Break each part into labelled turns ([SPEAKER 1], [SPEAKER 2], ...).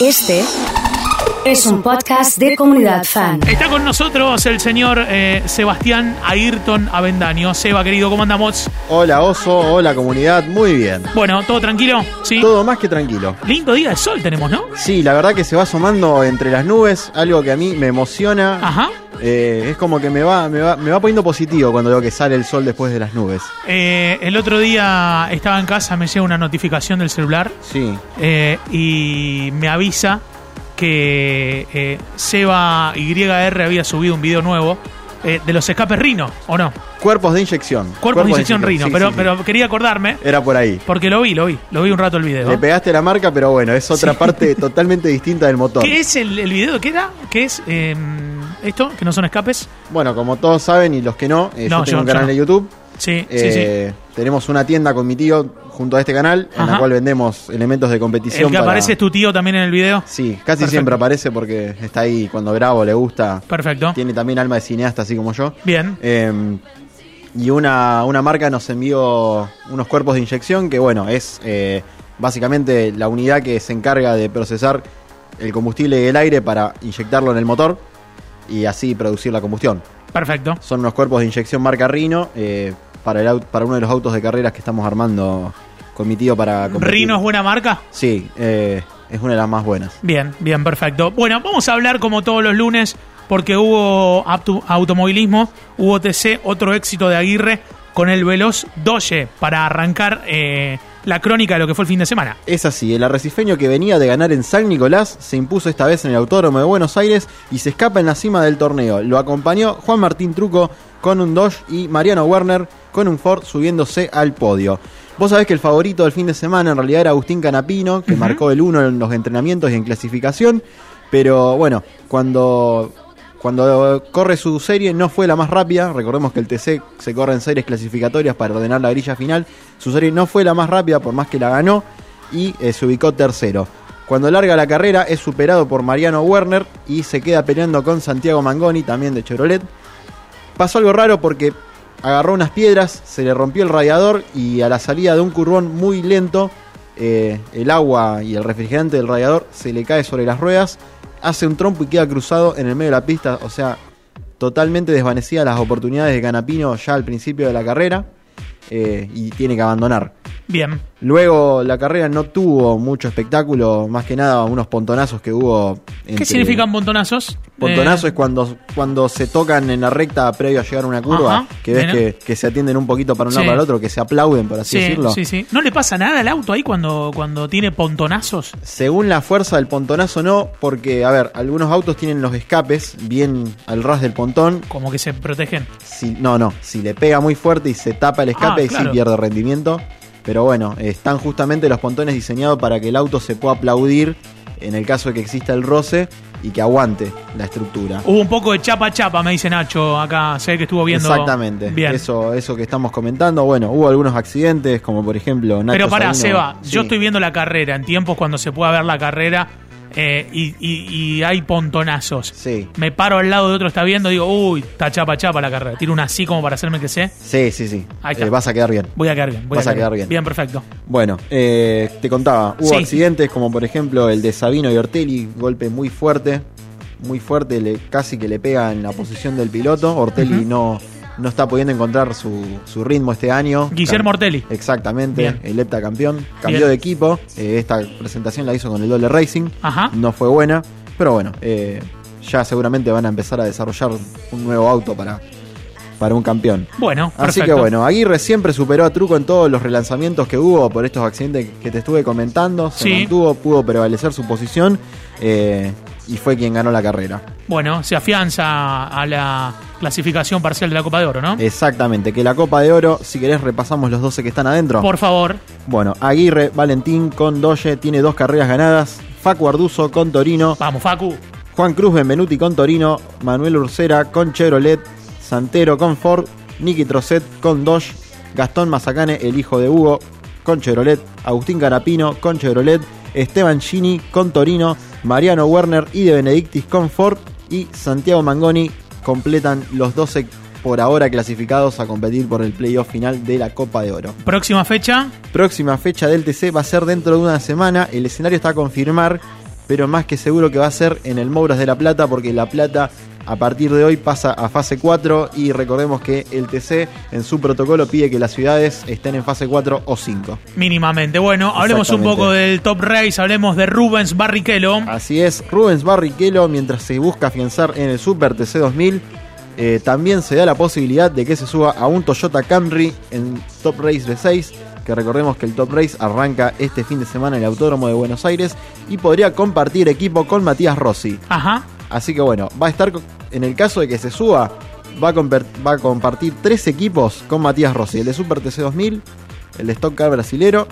[SPEAKER 1] Este es un podcast de comunidad fan.
[SPEAKER 2] Está con nosotros el señor eh, Sebastián Ayrton Avendaño. Seba, querido, ¿cómo andamos?
[SPEAKER 3] Hola Oso, hola comunidad, muy bien.
[SPEAKER 2] Bueno, ¿todo tranquilo? Sí.
[SPEAKER 3] Todo más que tranquilo.
[SPEAKER 2] Lindo día de sol tenemos, ¿no?
[SPEAKER 3] Sí, la verdad que se va asomando entre las nubes, algo que a mí me emociona.
[SPEAKER 2] Ajá.
[SPEAKER 3] Eh, es como que me va, me, va, me va poniendo positivo cuando veo que sale el sol después de las nubes.
[SPEAKER 2] Eh, el otro día estaba en casa, me llega una notificación del celular
[SPEAKER 3] Sí.
[SPEAKER 2] eh, y me avisa que eh, Seba YR había subido un video nuevo eh, de los escapes Rino, ¿o no?
[SPEAKER 3] Cuerpos de inyección.
[SPEAKER 2] Cuerpos de inyección Rino,
[SPEAKER 3] sí,
[SPEAKER 2] pero,
[SPEAKER 3] sí, sí.
[SPEAKER 2] pero quería acordarme
[SPEAKER 3] Era por ahí.
[SPEAKER 2] porque lo vi, lo vi, lo vi un rato el video.
[SPEAKER 3] Le pegaste la marca, pero bueno, es otra parte totalmente distinta del motor.
[SPEAKER 2] ¿Qué es el, el video? ¿Qué era? ¿Qué es eh, esto? ¿Que no son escapes?
[SPEAKER 3] Bueno, como todos saben y los que no, eh,
[SPEAKER 2] No,
[SPEAKER 3] yo tengo
[SPEAKER 2] yo- yo
[SPEAKER 3] un canal
[SPEAKER 2] no.
[SPEAKER 3] de YouTube.
[SPEAKER 2] Sí, sí,
[SPEAKER 3] Eh, Tenemos una tienda con mi tío junto a este canal, en
[SPEAKER 2] Ajá.
[SPEAKER 3] la cual vendemos elementos de competición.
[SPEAKER 2] sí. El que
[SPEAKER 3] para-
[SPEAKER 2] aparece es tu tío también en el video.
[SPEAKER 3] Sí, casi
[SPEAKER 2] Perfecto.
[SPEAKER 3] siempre aparece porque está ahí cuando grabo, le gusta.
[SPEAKER 2] Perfecto.
[SPEAKER 3] Tiene también alma de cineasta, así como yo.
[SPEAKER 2] Bien.
[SPEAKER 3] Eh, y una, una marca nos envió unos cuerpos de inyección que, bueno, es eh, básicamente la unidad que se encarga de procesar el combustible y el aire para inyectarlo en el motor y así producir la combustión.
[SPEAKER 2] Perfecto.
[SPEAKER 3] Son unos cuerpos de inyección marca Rino eh, para, el au- para uno de los autos de carreras que estamos armando con mi tío para competir.
[SPEAKER 2] ¿Rino es buena marca?
[SPEAKER 3] Sí, eh, es una de las más buenas.
[SPEAKER 2] Bien, bien, perfecto. Bueno, vamos a hablar como todos los lunes, porque hubo aptu- automovilismo, hubo TC, otro éxito de Aguirre con el Veloz Doge para arrancar eh, la crónica de lo que fue el fin de semana.
[SPEAKER 3] Es así, el arrecifeño que venía de ganar en San Nicolás se impuso esta vez en el Autódromo de Buenos Aires y se escapa en la cima del torneo. Lo acompañó Juan Martín Truco con un Dodge y Mariano Werner con un Ford subiéndose al podio. Vos sabés que el favorito del fin de semana en realidad era Agustín Canapino, que marcó el 1 en los entrenamientos y en clasificación, pero bueno, cuando cuando corre su serie no fue la más rápida, recordemos que el TC se corre en series clasificatorias para ordenar la grilla final, su serie no fue la más rápida por más que la ganó y eh, se ubicó tercero. Cuando larga la carrera es superado por Mariano Werner y se queda peleando con Santiago Mangoni, también de Chevrolet. Pasó algo raro porque agarró unas piedras, se le rompió el radiador y a la salida de un curvón muy lento, eh, el agua y el refrigerante del radiador se le cae sobre las ruedas, hace un trompo y queda cruzado en el medio de la pista, o sea, totalmente desvanecidas las oportunidades de Canapino ya al principio de la carrera eh, y tiene que abandonar.
[SPEAKER 2] Bien,
[SPEAKER 3] Luego la carrera no tuvo mucho espectáculo, más que nada unos pontonazos que hubo.
[SPEAKER 2] ¿qué
[SPEAKER 3] entre-
[SPEAKER 2] significan pontonazos?
[SPEAKER 3] Pontonazo
[SPEAKER 2] Eh,
[SPEAKER 3] es cuando, cuando se tocan en la recta previo a llegar a una curva,
[SPEAKER 2] Ajá,
[SPEAKER 3] que ves
[SPEAKER 2] bien.
[SPEAKER 3] que, que se atienden un poquito para un lado
[SPEAKER 2] Sí.
[SPEAKER 3] para el otro, que se aplauden, por así
[SPEAKER 2] Sí,
[SPEAKER 3] decirlo.
[SPEAKER 2] sí, sí. ¿No le pasa nada al auto ahí cuando, cuando tiene pontonazos?
[SPEAKER 3] Según la fuerza del pontonazo no, porque, a ver, algunos autos tienen los escapes bien al ras del pontón.
[SPEAKER 2] Como que se protegen.
[SPEAKER 3] Si, no, no, si le pega muy fuerte y se tapa el escape,
[SPEAKER 2] Ah,
[SPEAKER 3] y sí
[SPEAKER 2] claro.
[SPEAKER 3] pierde rendimiento. Pero bueno, están justamente los pontones diseñados para que el auto se pueda aplaudir en el caso de que exista el roce y que aguante la estructura.
[SPEAKER 2] Hubo un poco de chapa chapa, me dice Nacho acá. Sé que estuvo viendo.
[SPEAKER 3] Exactamente.
[SPEAKER 2] Bien.
[SPEAKER 3] Eso, eso que estamos comentando. Bueno, hubo algunos accidentes, como por ejemplo Nacho
[SPEAKER 2] Pero pará,
[SPEAKER 3] Sabino-
[SPEAKER 2] Seba,
[SPEAKER 3] Sí.
[SPEAKER 2] yo estoy viendo la carrera en tiempos cuando se pueda ver la carrera eh, y, y- y hay pontonazos.
[SPEAKER 3] Sí.
[SPEAKER 2] Me paro al lado de otro, está viendo, digo, uy, está chapa chapa la carrera. Tiro una así como para hacerme que sé.
[SPEAKER 3] Sí, sí, sí.
[SPEAKER 2] Ahí está.
[SPEAKER 3] Eh, vas a quedar bien.
[SPEAKER 2] Voy a quedar bien. Voy
[SPEAKER 3] Vas a quedar bien.
[SPEAKER 2] Bien, perfecto.
[SPEAKER 3] Bueno, eh, te contaba, hubo
[SPEAKER 2] Sí.
[SPEAKER 3] accidentes como por ejemplo el de Sabino y Ortelli, golpe muy fuerte, muy fuerte, le, casi que le pega en la posición del piloto. Ortelli no, no está pudiendo encontrar su, su ritmo este año.
[SPEAKER 2] Guillermo
[SPEAKER 3] Cam-
[SPEAKER 2] Ortelli.
[SPEAKER 3] Exactamente,
[SPEAKER 2] Bien.
[SPEAKER 3] el heptacampeón. Cambió
[SPEAKER 2] Bien.
[SPEAKER 3] de equipo, eh, esta presentación la hizo con el Dole Racing,
[SPEAKER 2] Ajá.
[SPEAKER 3] no fue buena, pero bueno, eh, ya seguramente van a empezar a desarrollar un nuevo auto para, para un campeón.
[SPEAKER 2] Bueno,
[SPEAKER 3] Así
[SPEAKER 2] perfecto.
[SPEAKER 3] que bueno, Aguirre siempre superó a Truco en todos los relanzamientos que hubo por estos accidentes que te estuve comentando. Se
[SPEAKER 2] Sí.
[SPEAKER 3] mantuvo, pudo prevalecer su posición eh, y fue quien ganó la carrera.
[SPEAKER 2] Bueno, se afianza a la clasificación parcial de la Copa de Oro, ¿no?
[SPEAKER 3] Exactamente, que la Copa de Oro, si querés repasamos los 12 que están adentro.
[SPEAKER 2] Por favor.
[SPEAKER 3] Bueno, Aguirre, Valentín con Doye tiene dos carreras ganadas. Facu Arduzo con Torino,
[SPEAKER 2] Vamos, Facu.
[SPEAKER 3] Juan Cruz Benvenuti con Torino, Manuel Ursera con Chevrolet, Santero con Ford, Nicky Trocet con Dodge, Gastón Mazacane, el hijo de Hugo, con Chevrolet, Agustín Carapino con Chevrolet, Esteban Gini con Torino, Mariano Werner y De Benedictis con Ford y Santiago Mangoni completan los 12 por ahora clasificados a competir por el playoff final de la Copa de Oro.
[SPEAKER 2] Próxima fecha.
[SPEAKER 3] Próxima fecha del TC va a ser dentro de una semana. El escenario está a confirmar. pero más que seguro que va a ser en el Mouras de La Plata, porque La Plata a partir de hoy pasa a fase 4 y recordemos que el TC en su protocolo pide que las ciudades estén en fase 4 o 5.
[SPEAKER 2] Mínimamente. Bueno, hablemos un
[SPEAKER 3] Exactamente. Ah.
[SPEAKER 2] poco del Top Race, hablemos de Rubens Barrichello.
[SPEAKER 3] Así es, Rubens Barrichello, mientras se busca afianzar en el Super TC 2000, eh, también se da la posibilidad de que se suba a un Toyota Camry en Top Race de 6, que recordemos que el Top Race arranca este fin de semana en el Autódromo de Buenos Aires y podría compartir equipo con Matías Rossi.
[SPEAKER 2] Ajá.
[SPEAKER 3] Así que bueno, va a estar, co- en el caso de que se suba, va a, comper- va a compartir tres equipos con Matías Rossi, el de Super TC 2000, el de Stock Car brasilero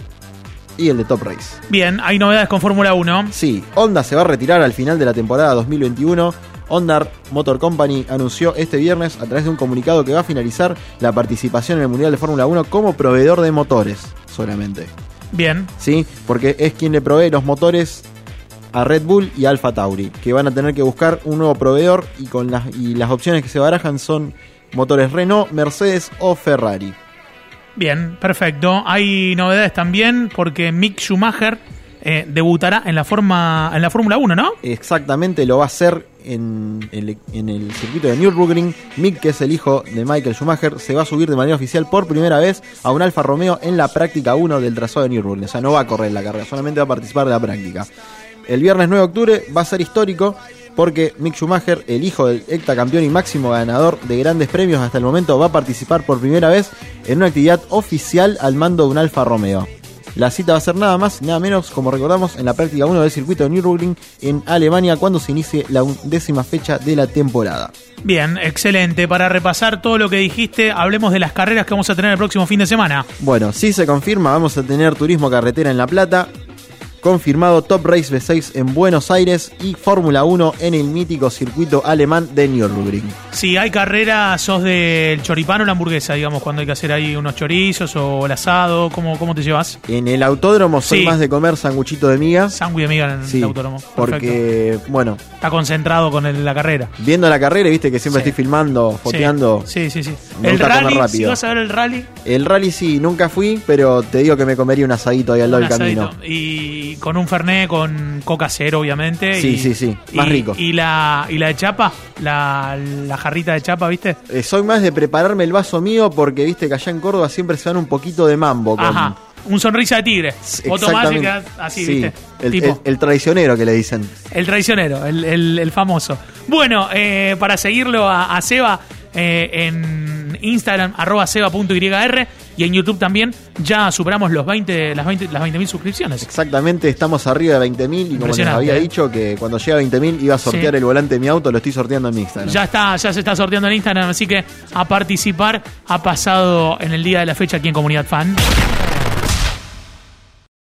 [SPEAKER 3] y el de Top Race.
[SPEAKER 2] Bien, hay novedades con Fórmula 1.
[SPEAKER 3] Sí, Honda se va a retirar al final de la temporada 2021. Honda Motor Company anunció este viernes a través de un comunicado que va a finalizar la participación en el Mundial de Fórmula 1 como proveedor de motores solamente.
[SPEAKER 2] Bien.
[SPEAKER 3] ¿Sí? Porque es quien le provee los motores a Red Bull y a Alfa Tauri, que van a tener que buscar un nuevo proveedor y, con las, y las opciones que se barajan son motores Renault, Mercedes o Ferrari.
[SPEAKER 2] Bien, perfecto. Hay novedades también porque Mick Schumacher eh, debutará en la forma en la Fórmula 1, ¿no?
[SPEAKER 3] Exactamente lo va a hacer en el, en el circuito de Nürburgring. Mick, que es el hijo de Michael Schumacher, se va a subir de manera oficial por primera vez a un Alfa Romeo en la práctica 1 del trazado de Nürburgring. O sea, no va a correr la carrera, solamente va a participar de la práctica. El viernes 9 de octubre va a ser histórico porque Mick Schumacher, el hijo del hectacampeón y máximo ganador de grandes premios hasta el momento, va a participar por primera vez en una actividad oficial al mando de un Alfa Romeo. La cita va a ser nada más y nada menos, como recordamos, en la práctica 1 del circuito de Nürburgring en Alemania cuando se inicie la undécima fecha de la temporada.
[SPEAKER 2] Bien, excelente. Para repasar todo lo que dijiste, hablemos de las carreras que vamos a tener el próximo fin de semana.
[SPEAKER 3] Bueno, si se confirma, vamos a tener turismo carretera en La Plata, confirmado Top Race V6 en Buenos Aires y Fórmula 1 en el mítico circuito alemán de Nürburgring.
[SPEAKER 2] Si hay carreras, sos del choripán o la hamburguesa, digamos, cuando hay que hacer ahí unos chorizos o el asado, ¿cómo, cómo te llevas?
[SPEAKER 3] En el autódromo soy
[SPEAKER 2] Sí.
[SPEAKER 3] más de comer sanguchito de miga.
[SPEAKER 2] Sándwich de miga en
[SPEAKER 3] Sí,
[SPEAKER 2] el autónomo. Perfecto.
[SPEAKER 3] porque, bueno,
[SPEAKER 2] Está concentrado con el- la carrera.
[SPEAKER 3] viendo la carrera, viste que siempre
[SPEAKER 2] Sí.
[SPEAKER 3] estoy filmando, foteando.
[SPEAKER 2] Sí, sí, sí. sí.
[SPEAKER 3] Me
[SPEAKER 2] El
[SPEAKER 3] gusta comer
[SPEAKER 2] rally, si
[SPEAKER 3] rápido.
[SPEAKER 2] vas a ver el rally,
[SPEAKER 3] El rally sí, nunca fui, pero te digo que me comería un asadito ahí al lado
[SPEAKER 2] un
[SPEAKER 3] del camino.
[SPEAKER 2] asadito. Y con un fernet, con coca cero, obviamente.
[SPEAKER 3] Sí,
[SPEAKER 2] y-
[SPEAKER 3] sí, sí. Más
[SPEAKER 2] y-
[SPEAKER 3] rico.
[SPEAKER 2] Y la, y la de chapa, la, la jarrita de chapa, ¿viste?
[SPEAKER 3] Eh, soy más de prepararme el vaso mío porque viste que allá en Córdoba siempre se dan un poquito de mambo. Con...
[SPEAKER 2] Ajá. Un sonrisa de tigre. Vos tomás y
[SPEAKER 3] Exactamente.
[SPEAKER 2] quedás así,
[SPEAKER 3] Sí,
[SPEAKER 2] ¿viste?
[SPEAKER 3] El,
[SPEAKER 2] tipo.
[SPEAKER 3] el- el traicionero que le dicen.
[SPEAKER 2] El traicionero, el, el- el famoso. Bueno, eh, para seguirlo a, a Seba eh, en Instagram, arroba seba.yr y en YouTube también, ya superamos los 20, las 20 las 20.000 suscripciones.
[SPEAKER 3] Exactamente, estamos arriba de 20.000 y como les
[SPEAKER 2] Impresionante,
[SPEAKER 3] había
[SPEAKER 2] eh.
[SPEAKER 3] dicho que cuando llega a 20.000 iba a sortear
[SPEAKER 2] Sí.
[SPEAKER 3] el volante de mi auto, lo estoy sorteando en mi Instagram.
[SPEAKER 2] Ya está, ya se está sorteando en Instagram, así que a participar ha pasado en el día de la fecha aquí en Comunidad Fan.